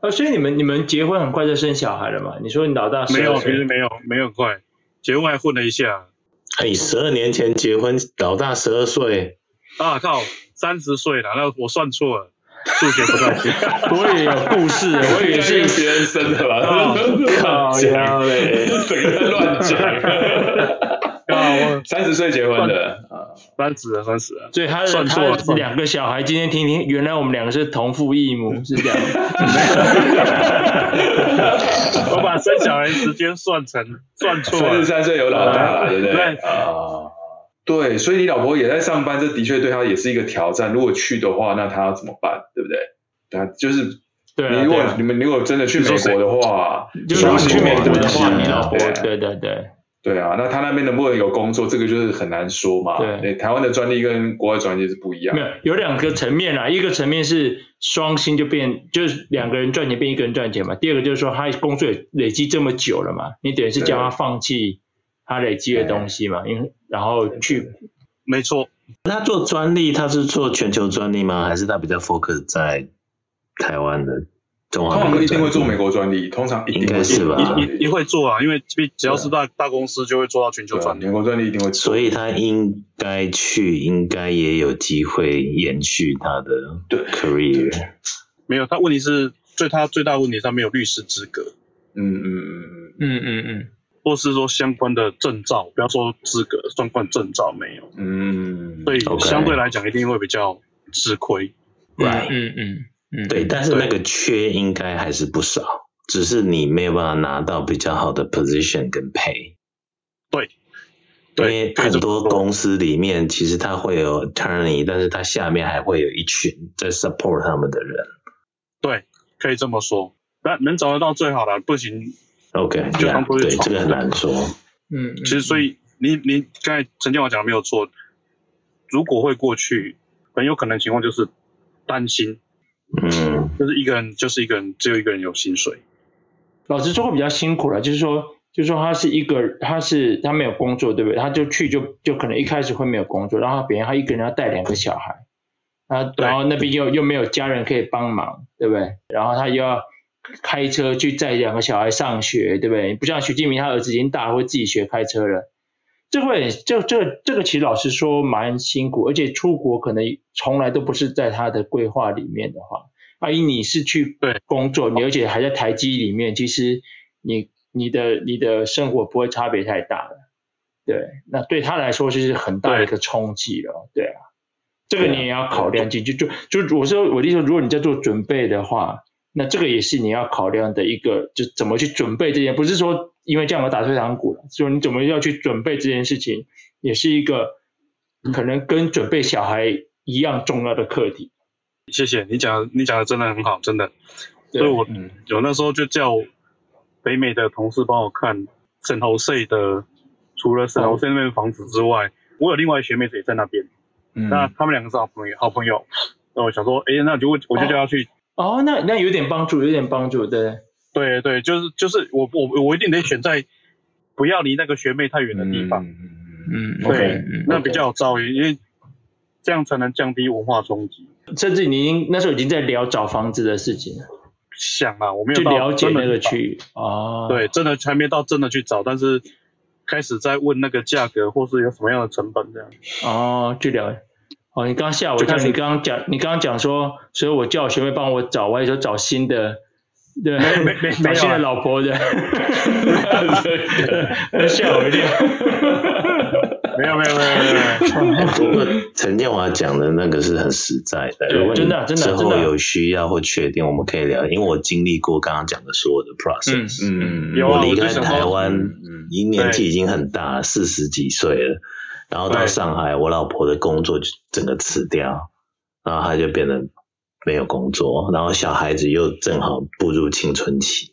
S4: 啊，所以你们你们结婚很快就生小孩了嘛？你说你老大
S2: 没有，
S4: 12
S2: 其
S4: 岁
S2: 实没有，没有快，结婚还混了一下。
S1: 哎，十二年前结婚，老大十二岁，
S2: 啊靠，三十岁了，那我算错了，数学不太行。啊
S4: 我以为有故 事，我以为是
S3: 应该跟别人生的吧？
S2: 哦
S4: 靠腰嘞，
S3: 整个在乱讲。
S2: 啊，我
S3: 三十岁结婚的，
S2: 三十了，三十了。
S4: 所以他的
S2: 算
S4: 他
S2: 错了
S4: 的两个小孩今天听听，原来我们两个是同父异母，是这 样。啊
S2: 我把生小孩时间算成算错
S3: 三十
S2: 了。
S3: 三岁有老大了，对不对？
S2: 对
S3: 啊，对，所以你老婆也在上班，这的确对她也是一个挑战。如果去的话，那她要怎么办？对不对？她就是
S4: 对
S3: 你
S4: 啊，
S3: 如
S4: 对
S3: 果
S4: 啊
S3: 你们如果真的去美国的话，
S4: 就如果你去美国的
S1: 对
S4: 话，
S1: 啊
S4: 你老婆
S3: 对啊
S4: 对对对，
S3: 对啊，那他那边能不能有工作，这个就是很难说嘛。
S4: 对
S3: 台湾的专利跟国外专利是不一样
S4: 没。有有两个层面啦，一个层面是双薪就变，就是两个人赚钱变一个人赚钱嘛。第二个就是说他工作也累积这么久了嘛，你等于是叫他放弃他累积的东西嘛，因为然后去
S2: 没错，
S1: 他做专利，他是做全球专利吗？还是他比较 focus 在台湾的中华
S3: 通
S1: 美
S3: 常
S1: 国
S3: 一定
S1: 专
S3: 会
S1: 利？
S3: 做美国专利，通常一定
S1: 应该
S3: 会
S1: 是吧
S2: 一一定会做啊，因为毕只要是大大公司就会做到全球
S3: 对啊
S2: 专利
S3: 美。国专利一定会做。
S1: 所以他应该去，应该也有机会延续他的
S3: 对
S1: career。
S2: 没有，他问题是最他最大问题，他没有律师资格，
S3: 嗯嗯嗯
S4: 嗯嗯嗯，
S2: 或是说相关的证照，不要说资格，相关证照没有，
S3: 嗯嗯，
S2: 所以
S1: OK
S2: 相对来讲一定会比较吃亏。
S1: Right
S4: 嗯嗯嗯，
S1: 对，但是
S2: 对
S1: 那个缺应该还是不少，只是你没有办法拿到比较好的 position 跟 pay。
S2: 对，
S1: 因
S2: 对
S1: 为很多公司里面其实他会有 attorney，但是他下面还会有一群在 support 他们的人。
S2: 对，可以这么说。那能找得到最好的，啊不行。
S1: OK，
S2: 就当作是
S1: 对，
S2: 床
S1: 这个很难说。
S4: 嗯，
S2: 其实，所以你你刚才陈建华讲的没有错，如果会过去，很有可能情况就是担心，
S1: 嗯，
S2: 就是一个人就是一个人，只有一个人有薪水。
S4: 老实说会比较辛苦了，就是说，就是说他是一个，他是他没有工作，对不对？他就去就就可能一开始会没有工作，然后他别人他一个人要带两个小孩，啊，
S2: 对
S4: 然后那边又又没有家人可以帮忙，对不对？然后他又要开车去载两个小孩上学，对不对？不像徐敬明他儿子已经大了，会自己学开车了。这会，这这这个其实老实说蛮辛苦，而且出国可能从来都不是在他的规划里面的话，万一你是去
S2: 对
S4: 工作，你而且还在台积里面，其实你你的你的生活不会差别太大的，对，那对他来说就是很大的一个冲击了，对啊，这个你也要考量进去，就就我说我的意思说，如果你在做准备的话，那这个也是你要考量的一个，就怎么去准备这件，不是说因为这样我打退堂鼓了，就是你怎么要去准备这件事情，也是一个可能跟准备小孩一样重要的课题。
S2: 谢谢你讲，你讲的真的很好，真的。
S4: 对
S2: 所以我
S3: 嗯
S2: 有那时候就叫北美的同事帮我看沈侯赛的，除了沈侯赛那边的房子之外，我有另外一学妹子也在那边，
S3: 嗯
S2: 那他们两个是好朋友，好朋友。那我想说，诶，那如果我就叫他去
S4: 哦，那那有点帮助，有点帮助，对。
S2: 对对，就是就是我我我一定得选在不要离那个学妹太远的地方，
S3: 嗯嗯嗯
S4: 嗯，
S2: 对
S4: OK，嗯，
S2: 那比较有造诣，因为这样才能降低文化冲击。
S4: 甚至你已经那时候已经在聊找房子的事情了，
S2: 想啊，我没有
S4: 就
S2: 到
S4: 了解
S2: 真的
S4: 那
S2: 去
S4: 个
S2: 找
S4: 区域哦，
S2: 对，真的还没到真的去找，但是开始在问那个价格或是有什么样的成本这样。
S4: 哦，就聊。哦，你刚吓我一
S2: 就
S4: 跳，
S2: 开始
S4: 你刚刚讲，你刚刚讲说，所以我叫我学妹帮我找，我还说找新的，对，
S2: 没 没没啊
S4: 找新的老婆的，吓我一跳。
S2: 没有没有没有没有，没有
S1: 不过陈建华讲的那个是很实在的，
S4: 对
S1: 如果你
S4: 真的真的
S1: 之
S4: 真
S1: 后
S4: 的
S1: 有需要或确定，我们可以聊，因为我经历过刚刚讲的所有的 process。
S3: 嗯，
S2: 有啊
S1: 我离
S2: 我
S1: 开
S2: 就想说
S1: 台湾
S3: 嗯，
S1: 你年纪已经很大，四十几岁了，然后到
S2: 对
S1: 上海，我老婆的工作就整个辞掉，然后她就变得没有工作，然后小孩子又正好步入青春期，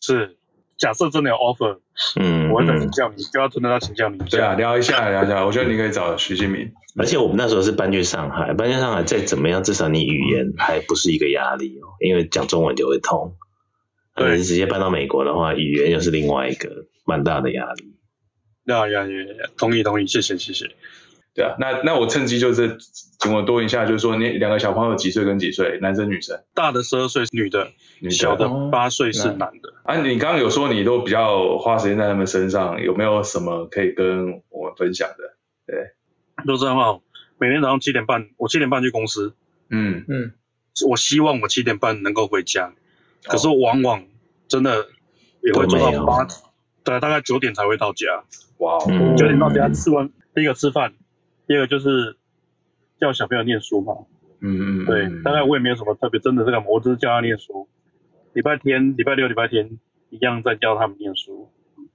S2: 是假设真的有 offer，
S1: 嗯，
S2: 我会再
S1: 嗯
S2: 请教你，就要真的要请教你一
S3: 对啊，
S2: 下。
S3: 聊一下聊一下，我觉得你可以找徐新明。
S1: 而且我们那时候是搬去上海，搬去上海再怎么样，至少你语言还不是一个压力哦，因为讲中文就会通。
S2: 对
S1: 你直接搬到美国的话，语言又是另外一个蛮大的压力。嗯
S2: 呀呀呀呀，同意同意，谢谢谢谢。
S3: 对啊，那那我趁机就是请我多问一下，就是说你两个小朋友几岁跟几岁，男生女生？
S2: 大的十二岁是女的，
S3: 女
S2: 小的
S4: 哦
S2: 八岁是男的。
S3: 啊，你刚刚有说你都比较花时间在他们身上，有没有什么可以跟我们分享的？
S1: 嗯
S2: 说真话哦，每天早上七点半，我七点半去公司，
S3: 嗯，
S4: 嗯，
S2: 我希望我七点半能够回家，
S1: 哦
S2: 可是往往真的也会做
S1: 都没有
S2: 到八，对，大概九点才会到家。
S3: 哇哦，
S1: 嗯
S2: 九点到家吃完，第一个吃饭，第二个就是叫小朋友念书嘛。
S3: 嗯嗯，
S2: 对，大概我也没有什么特别，真的这个我只是教他念书。礼拜天、礼拜六、礼拜天一样在教他们念书。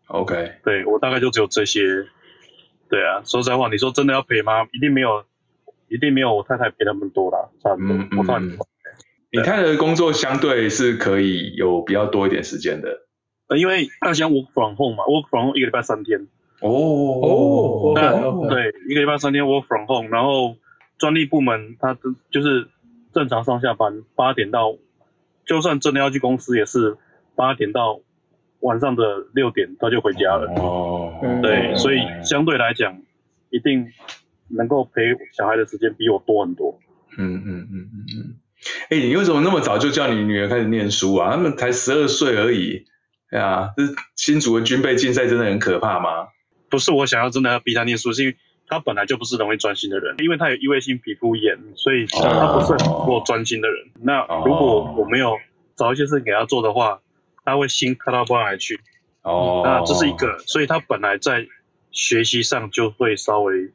S3: OK，
S2: 对我大概就只有这些。对啊，说实在话，你说真的要陪吗？一定没有，一定没有我太太陪他们多啦，差不多，
S3: 嗯嗯
S2: 我差不多。
S3: 你太太的工作相对是可以有比较多一点时间的。
S2: 呃因为他想 work from home 嘛，work from home 一个礼拜三天，
S3: 哦
S4: 哦
S2: 那
S4: OK，OK
S2: 对，一个礼拜三天 work from home，然后专利部门它就就是正常上下班，八点到，就算真的要去公司也是八点到晚上的六点他就回家了。
S3: 哦
S2: 对，所以相对来讲，一定能够陪小孩的时间比我多很多。
S3: 嗯嗯嗯嗯嗯，哎、你为什么那么早就叫你女儿开始念书啊？他们才十二岁而已，对啊，这新竹的军备竞赛真的很可怕吗？
S2: 不是我想要真的要逼他念书，是因为他本来就不是容易专心的人，因为他有异位性皮肤炎，所以他不是很能够专心的人。那如果我没有找一些事情给他做的话，他会心开到不来去。
S3: 哦，
S2: 那啊这是一个，所以他本来在学习上就会稍微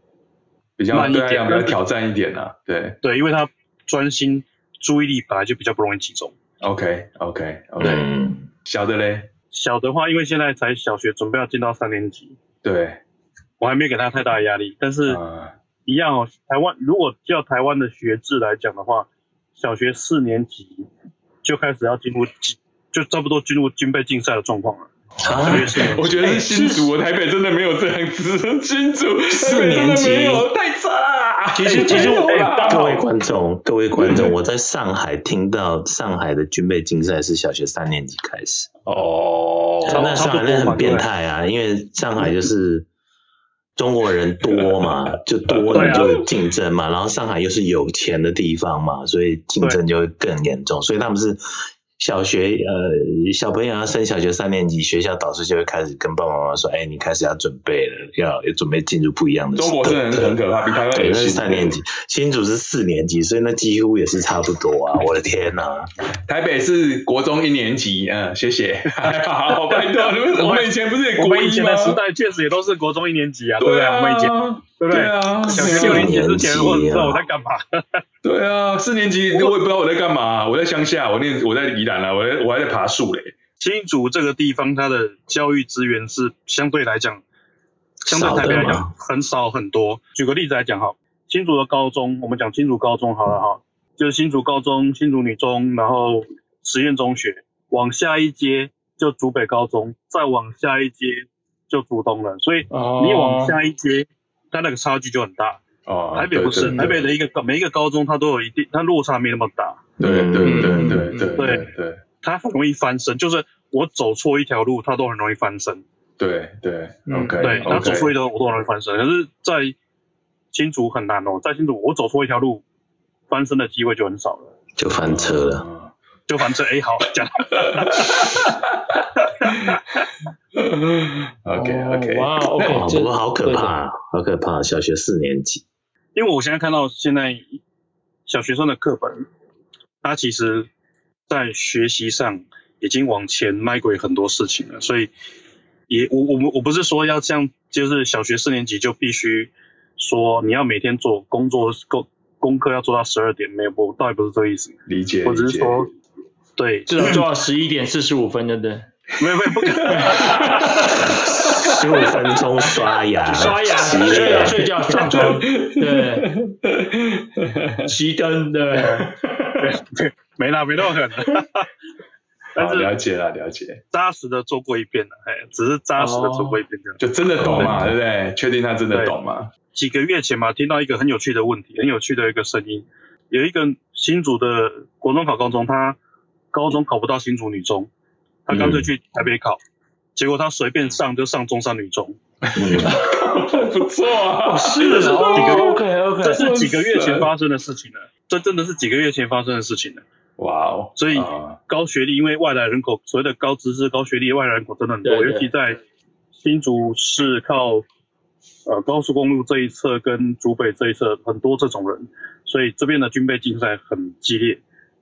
S3: 比较
S2: 慢一
S3: 对啊，
S2: 点
S3: 比较挑战一点啊，对
S2: 对，因为他专心注意力本来就比较不容易集中。
S3: ，OK OK OK，、
S1: 嗯，
S3: 小的嘞，
S2: 小的话，因为现在才小学，准备要进到三年级，
S3: 对，
S2: 我还没给他太大的压力，但是。
S3: 啊
S2: 一样哦。台湾如果叫台湾的学制来讲的话，小学四年级就开始要进入竞，就差不多进入军备竞赛的状况了。
S1: 啊
S2: 小学四年级
S3: 我觉哎得是新竹，我台北真的没有这样子， 新竹台北真的没有，太差啊。
S4: 其实其实我
S3: 太多
S4: 哎
S3: 了
S4: 当
S1: 啊各
S4: 我
S1: 位观众，各位观众，我在上海听到上海的军备竞赛是小学三年级开始，
S3: 哦，
S2: 差不多
S1: 那上海那
S2: 差不多嘛
S1: 很变态啊，因为上海就是中国人多嘛， 就多
S2: 对
S1: 你
S2: 啊
S1: 就有竞争嘛，然后上海又是有钱的地方嘛，所以竞争就会更严重，所以他们是。小学呃，小朋友要升小学三年级，学校导师就会开始跟爸爸妈妈说：“哎、你开始要准备了，要要准备进入不一样的。”
S3: 中国真的很很可怕，比台湾
S1: 对，
S3: 恶
S1: 那是
S3: 心。
S1: 三年级，新竹是四年级，所以那几乎也是差不多啊！我的天哪、
S3: 台北是国中一年级，嗯，谢谢， 好，拜托，你们我们以前不是也
S2: 我
S3: 国
S2: 们以
S3: 一
S2: 前
S3: 吗
S2: 的？时代确实也都是国中一年级啊，对不
S3: 对
S2: 对？
S3: 啊，
S2: 我们以前对不对？
S3: 啊，
S2: 小学六年级之前，我不知道我在干嘛。
S3: 对啊，四年级我也不知道我在干嘛，我在乡下，我念我在宜兰啊，我在我还在爬树嘞。
S2: 新竹这个地方，它的教育资源是相对来讲，相对台北来
S1: 少的
S2: 讲
S1: 吗
S2: 很少很多。举个例子来讲哈，新竹的高中，我们讲新竹高中好了哈，就是新竹高中、新竹女中，然后实验中学，往下一阶就竹北高中，再往下一阶就竹东了，所以
S4: 哦，
S2: 你往下一阶，它那个差距就很大。
S3: 哦，
S2: 台北不是，
S3: 对
S2: 台北的一个高每一个高中它都有一定，它落差没那么大。
S3: 对对对对对对对
S2: 他很容易翻身，就是我走错一条路，他都很容易翻身。
S3: 对对对
S4: 嗯
S3: ，OK，
S2: 对，然后
S3: OK
S2: 走错一条我都很容易翻身，可是，在新竹很难哦，在新竹我走错一条路，翻身的机会就很少了。
S1: 就翻车了。
S3: 嗯
S2: 就反 正哎，好讲，
S3: OK
S2: 哦
S3: OK，
S4: 哦
S1: 哇，
S4: 哇 ，OK，
S1: 哦
S4: 这
S1: 不过好可怕、啊，好可怕、小学四年 级，
S2: 因为我现在看到现在小学生的课本，他其实在学习上已经往前迈过很多事情了，所以也我我们我不是说要这样，就是小学四年级就必须说你要每天做工作功功课要做到十二点，没有不，倒也不是这个意思，
S3: 理解，
S2: 我只是
S3: 理解
S2: 说。对，
S4: 至少做到十一点四十五分，对不对？
S2: 没有没有不可能，
S1: 十五分钟 刷
S2: 啊
S1: 牙，
S4: 刷牙、
S1: 洗
S4: 睡
S1: 脸
S4: 觉、 睡觉、上床，对，熄灯，对，
S2: 没啦，没那么狠，但
S3: 好
S2: 是
S3: 了解了，了解，
S2: 扎实的做过一遍了，哎，只是扎实的做过一遍这样。
S3: 就真的懂
S1: 哦
S3: 嘛，对不对？确定他真的
S2: 对
S3: 懂嘛？
S2: 几个月前吧，听到一个很有趣的问题，很有趣的一个声音，有一个新竹的国中考高中，他高中考不到新竹女中，他干脆去台北考，结果他随便上就上中山女中，
S1: 嗯
S3: 不错啊，
S4: 是
S2: 是
S4: 哦
S2: 几个
S4: ，OK
S2: 这
S4: OK，
S2: 是几个月前发生的事情了，这真的是几个月前发生的事情了。
S3: 哇哦！
S2: 所以
S3: 啊
S2: 高学历，因为外来人口所谓的高知识、高学历的外来人口真的很多，
S4: 对对
S2: 尤其在新竹市靠呃高速公路这一侧跟竹北这一侧很多这种人，所以这边的军备竞赛很激烈，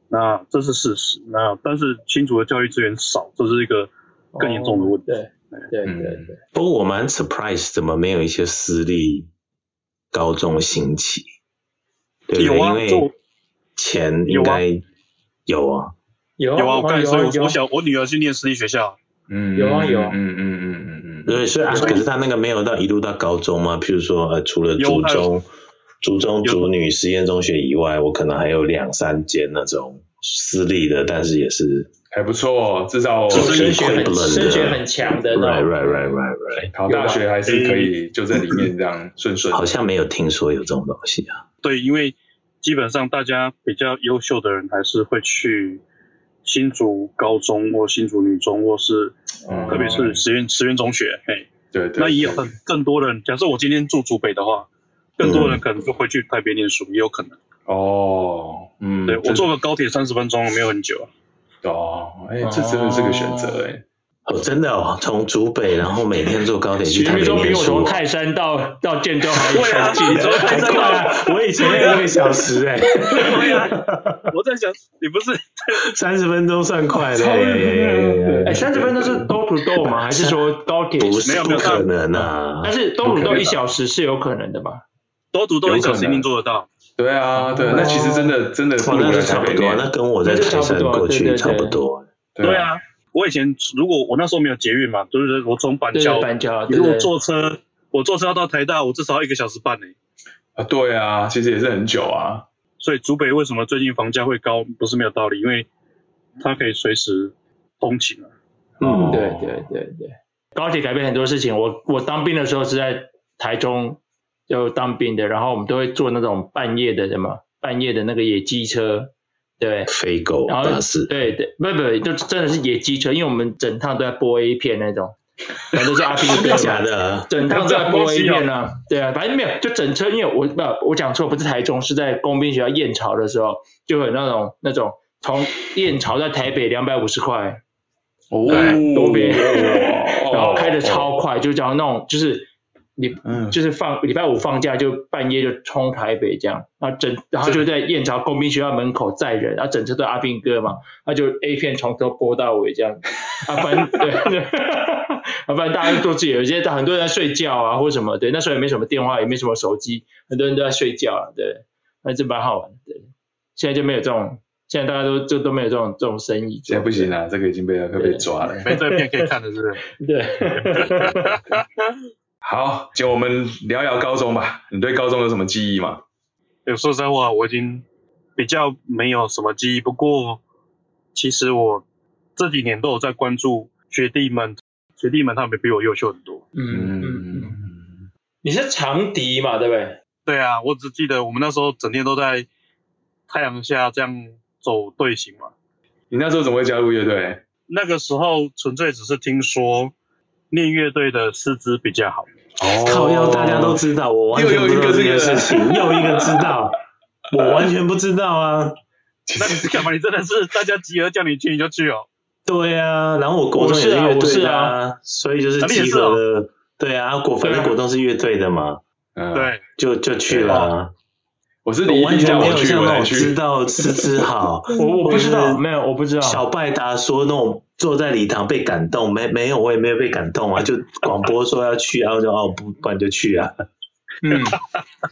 S2: 那这是事实。那但是新竹的教育资源少，这是一个更严重的问题。嗯
S4: 对哦对对对。
S1: 不过我蛮 surprise，怎么没有一些私立高中兴起？对不对？
S2: 有啊
S1: 因
S2: 这
S1: 为
S2: 我
S1: 钱应该有啊，
S4: 有
S2: 有啊，我刚才
S4: 有
S2: 说
S4: 啊
S2: 我我小我女儿去念私立学校，
S3: 嗯
S4: 有啊有啊
S3: 嗯嗯嗯嗯嗯嗯，
S1: 对，所以啊，
S2: 有
S1: 可是他那个没有到一路到高中嘛？譬如说，呃，除了竹
S2: 有啊
S1: 中、竹中、
S2: 有
S1: 竹女实验中学以外，我可能还有两三间那种私立的，但是也是
S3: 还不错，哦至少
S1: 就
S4: 就是
S1: 是
S4: 升学很
S1: equivalent 的啊
S4: 升学很强的
S1: right
S4: 那种
S1: right right right right，
S3: 考大学还是可以
S2: 嗯
S3: 就在里面这样顺顺。
S1: 好像没有听说有这种东西啊。
S2: 对，因为基本上大家比较优秀的人还是会去新竹高中或新竹女中，或是
S3: 嗯
S2: 特别是实验实验中学，嘿，
S3: 对对，
S2: 那也有
S3: 对
S2: 很更多人。假设我今天住竹北的话，更多人可能就回去台北念书，也有可能。
S3: 哦，嗯，
S2: 对
S3: 这
S2: 我坐个高铁三十分钟没有很 久啊，
S3: 哦，哎，这真的是个选择哎，
S1: 哦，真的哦，从竹北，然后每天坐高铁去
S4: 徐
S1: 台
S4: 明
S1: 北
S4: 忠比
S1: 念
S4: 我
S1: 书
S4: 从
S1: 哦。
S4: 泰山到到建州还远，
S2: 你从泰山到
S4: 啊
S1: 我以前也一个小时哎、
S2: 对啊，我在想你不是
S1: 三十分钟算快的、欸
S3: 超远的
S4: 哎，
S1: 哎
S4: 三十分钟是 door to door 吗？还是说高铁？
S1: 不是
S2: 没有
S1: 不
S2: 没有
S1: 可能啊
S4: 但！是 door to door 一小时是有可能的吧？
S2: 多读多一小时一定做得到。
S3: 对啊，对，那其实真的真的不
S1: 哇，
S3: 如
S1: 那
S3: 来
S1: 哦是差
S3: 台
S1: 不
S3: 北
S1: 多，啊
S3: 念，
S1: 那跟我在
S4: 那就差
S1: 台
S4: 不多
S1: 山过
S4: 对对
S1: 去
S4: 对
S1: 差不多。
S2: 对，啊，我以前如果我那时候没有捷运嘛，就是我从板
S4: 对
S2: 桥
S4: 对，板桥，
S2: 一
S4: 对
S2: 路
S4: 对。
S2: 坐车，我坐车要到台大，我至少要一个小时半呢、
S3: 啊对啊，其实也是很久啊，
S2: 所以竹北为什么最近房价会高，不是没有道理，因为它可以随时通勤啊。
S1: 嗯
S3: 哦
S4: 对对对对，高铁改变很多事情。我我当兵的时候是在台中就当兵的，然后我们都会坐那种半夜的什么半夜的那个野鸡车，对
S1: 飞狗
S4: 然后
S1: 巴士，
S4: 对对，不不，就真的是野鸡车，因为我们整趟都在播 A 片那种，然后都是阿 P
S1: 真
S4: 哥
S1: 的
S4: 嘛
S1: 假的？
S4: 整趟都在播 A
S1: 哦
S4: 片啊，对啊，反正没有，就整车，因为我不，我讲错，不是台中，是在工兵学校燕巢的时候，就有那种那种从燕巢到台北两百五十块，
S3: 哦
S1: 对
S4: 多 边
S3: 然
S1: 哦
S4: 然后开的超快，就讲那种就是你
S3: 嗯
S4: 就是放礼拜五放假就半夜就冲台北这样，然后整然后就在燕巢工兵学校门口载人，然后整车都阿兵哥嘛，那就 A 片从头播到尾这样，啊反正 对，对啊反正大家都做自己的，有些很多人在睡觉啊或什么，对，那时候也没什么电话，也没什么手机，很多人都在睡觉啊，对，那这蛮好玩的，对，现在就没有这种。现在大家都就都没有这种这种生意做，
S3: 现在不行了，这个已经被会被抓了。
S2: 没这片可以看的是不是？
S4: 对，
S3: 好，就我们聊聊高中吧。你对高中有什么记忆吗？
S2: 有说实在话，我已经比较没有什么记忆。不过，其实我这几年都有在关注学弟们，学弟们他们比我优秀很多。
S4: 嗯嗯嗯。
S3: 嗯，
S4: 你是长笛嘛，对不对？
S2: 对啊，我只记得我们那时候整天都在太阳下这样走队形嘛。
S3: 你那时候怎么会加入乐队？
S2: 那个时候纯粹只是听说念乐队的师资比较好。
S3: 哦
S1: 靠腰大家都知道，我完全不知道这件事情，又一个知道，我完全不知道啊。
S2: 那你是干嘛？你真的是大家集合叫你去你就去哦。
S1: 对啊，然后我国中也乐
S4: 我
S1: 队
S4: 是
S1: 的
S4: 啊，
S1: 所以就是
S2: 啊你也
S1: 集
S2: 是哦
S1: 合了。对啊，国反正国中是乐队的嘛，
S3: 嗯，
S2: 对，
S1: 就就去了啊。
S3: 我
S4: 啊
S3: 是你
S1: 我
S3: 一
S1: 完
S3: 定
S1: 全
S3: 叫
S1: 没
S3: 我
S1: 有
S3: 去，
S1: 像
S3: 我
S1: 那
S3: 才
S1: 种知
S3: 去。
S1: 道 吃吃好，
S4: 我我不知
S1: 或
S4: 道，
S1: 是
S4: 没有，我不知道。
S1: 小拜达说那种坐在礼堂被感动，没没有，我也没有被感动啊，就广播说要去，然后就哦不，不然就去 啊。
S4: 嗯，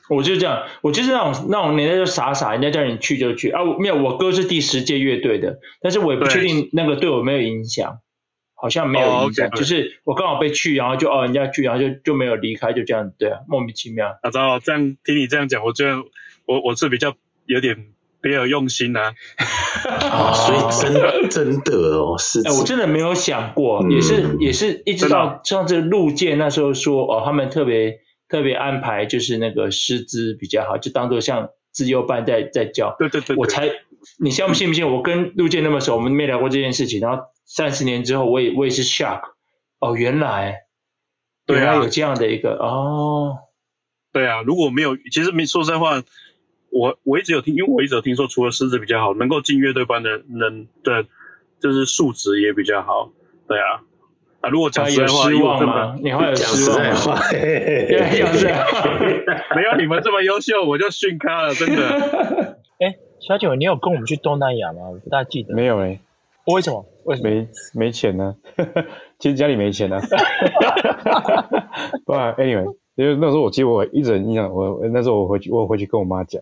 S4: 我就这样，我就是那种那种年代就傻傻，人家叫你去就去啊。我没有，我哥是第十届乐队的，但是我也不确定那个对我没有影响，好像没有影响，
S2: 哦，OK，OK
S4: 就是我刚好被去，然后就哦人家去，然后就就没有离开，就这样，对啊，莫名其妙。
S2: 啊，知道这样听你这样讲，我觉得我我是比较有点别有用心啊。
S1: 哦，所以真的真的哦，是
S4: 啊哎、我真的没有想过，
S1: 嗯
S4: 也是也是一
S2: 真
S4: 直
S2: 的
S4: 到上次陆建那时候说哦，他们特别特别安排就是那个师资比较好，就当做像自由班在在教。
S2: 对对对对
S4: 我才你相不信不信？我跟陆建那么熟，我们没聊过这件事情。然后三十年之后，我也我也是 shock 哦，原来
S2: 对啊
S4: 原来有这样的一个哦，
S2: 对啊，如果没有，其实没说实在话，我我一直有听，因为我一直有听说，除了师资比较好，能够进乐队班的人的，就是素质也比较好。对啊，啊，如果讲
S4: 他
S2: 实在
S4: 有
S2: 话，
S4: 失
S2: 因为我
S4: 望
S2: 这么
S4: 吗？你会有
S1: 讲
S4: 失
S1: 实
S4: 望
S1: 在
S4: 吗？
S1: 话， 嘿嘿嘿
S4: 对，讲实在 话。
S2: 没有你们这么优秀，我就训咖了，真 的。
S5: 小九，你有跟我们去东南亚吗？我不大记得。
S6: 没有哎、
S5: 为什么？为什么？
S6: 没没钱呢、 其实家里没钱呢、 不然 anyway，因为那时候我记得我一直很印象，我我那时候我回去我回去跟我妈讲，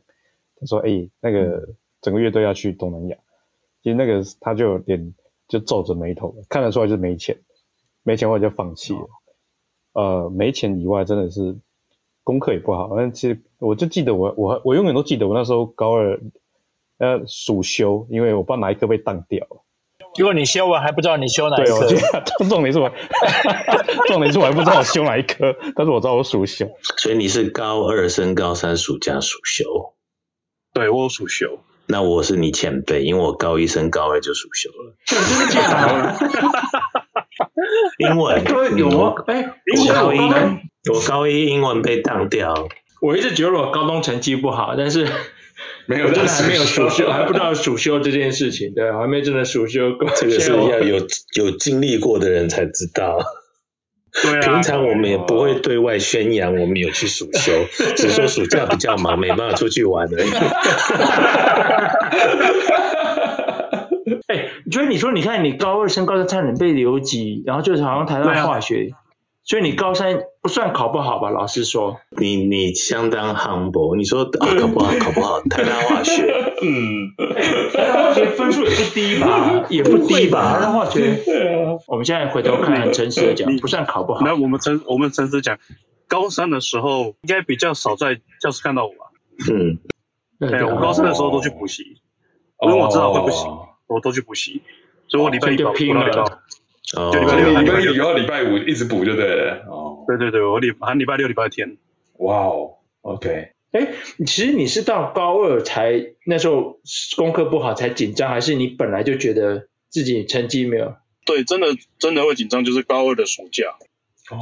S6: 她说哎、那个整个乐队要去东南亚，其实那个她就有点就皱着眉头，看得出来就是没钱，没钱我就放弃了。呃，没钱以外真的是功课也不好，但其实我就记得我我我永远都记得我那时候高二呃暑修，因为我不知道哪一科被当掉了。
S5: 如果你修完还不知道你修哪一
S6: 对，我
S5: 科
S6: 觉，得 重点是我，重点是我还不知道我修哪一科，但是我知道我属修。
S1: 所以你是高二升高三暑假暑修，
S2: 对我有暑修，
S1: 那我是你前辈，因为我高一升高二就暑修 了。真的假的？英文
S4: 对，有
S1: 嗯
S4: 吗
S1: 我？
S4: 哎、
S1: 我
S4: 我
S1: 高
S4: 高
S1: 一
S4: 中
S1: 我高一英文被当掉，
S4: 我一直觉得我高中成绩不好，但是
S3: 没有
S4: 我真
S3: 到
S4: 的还没有暑
S3: 暑
S4: 修，
S3: 修
S4: 还不知道暑修这件事情，对，我还没真的暑修过。
S1: 这个是
S4: 现在我
S1: 要有有经历过的人才知道。
S2: 对啊
S1: 平，常我们也不会对外宣扬我们有去暑修， 只说暑假比较忙，没办法出去玩而已。
S4: 哎、所以你说，你看你高二升高三差点被留级，然后就是好像台
S2: 对
S4: 大
S2: 啊
S4: 化学，所以你高三不算考不好吧？老实说，
S1: 你你相当 humble，你说啊搞不好搞不好，台大化学
S2: 啊
S4: 台大化学分数也不低 吧？也不低吧？台大化学，我们现在回头看，很诚实的讲，
S2: 啊你
S4: 不算考不好。
S2: 那我们诚我们诚实讲，高三的时候应该比较少在教室看到我吧？
S1: 嗯，
S4: 对
S2: 对，
S4: 对哦
S2: 我高三的时候都去补习，
S3: 哦
S2: 因为我知道会不行，我都去补习，所以我礼拜一
S4: 所以就
S2: 保，我
S4: 拼
S2: 礼拜
S4: 了
S2: 保
S1: 哦
S2: 就，礼
S3: 所
S2: 拜
S3: 以
S2: 六
S3: 你们以后礼拜五一直补就对了。哦，
S2: 对对对，我礼啊还礼拜六、礼拜天。
S3: 哇哦，OK，
S4: 哎，其实你是到高二才那时候功课不好才紧张，还是你本来就觉得自己成绩没有？
S2: 对，真的真的会紧张，就是高二的暑假。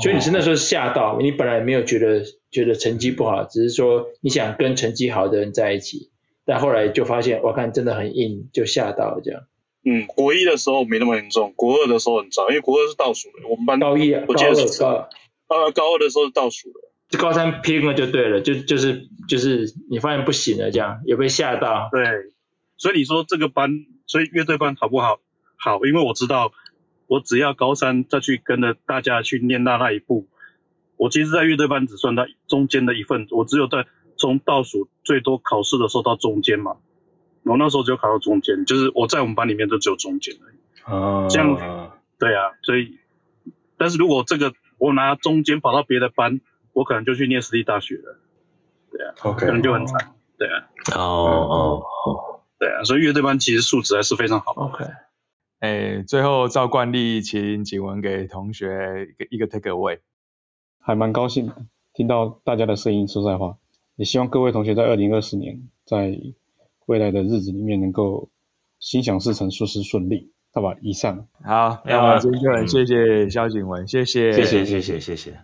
S4: 所以你是那时候吓到，你本来没有觉得觉得成绩不好，只是说你想跟成绩好的人在一起，但后来就发现，我看真的很硬，就吓到了这样。
S2: 嗯，国一的时候没那么严重，国二的时候很糟，因为国二是倒数的，我们班
S4: 高一、啊、
S2: 我
S4: 高
S2: 记
S4: 二、
S2: 得是
S4: 高二
S2: 呃高二的时候是倒数的。
S4: 就高三拼了就对了，就就是就是你发现不行了，这样有被吓到。
S2: 对，所以你说这个班，所以乐队班好不好？好，因为我知道，我只要高三再去跟着大家去念到那一步，我其实，在乐队班只算到中间的一份，我只有在从倒数最多考试的时候到中间嘛。我那时候就考到中间，就是我在我们班里面就只有中间而已。
S3: 啊
S2: 这样对啊，所以，但是如果这个我拿中间跑到别的班，我可能就去念私立大学了，
S3: OK，
S2: 可能就很惨。对啊，
S1: 哦哦，
S2: 对啊，所以乐队班其实素质还是非常好。
S4: OK，
S7: 哎，最后照惯例，请景文给同学一个一个 take away。
S6: 还蛮高兴听到大家的声音。说实在话，也希望各位同学在二零二四年，在未来的日子里面能够心想事成，事事顺利。
S8: 好吧，以上。
S3: 好，
S1: 没有
S3: 那我
S1: 啊
S3: 们今天就很
S1: 嗯
S3: 啊谢谢萧景文，谢谢，
S1: 谢谢，谢谢，谢谢。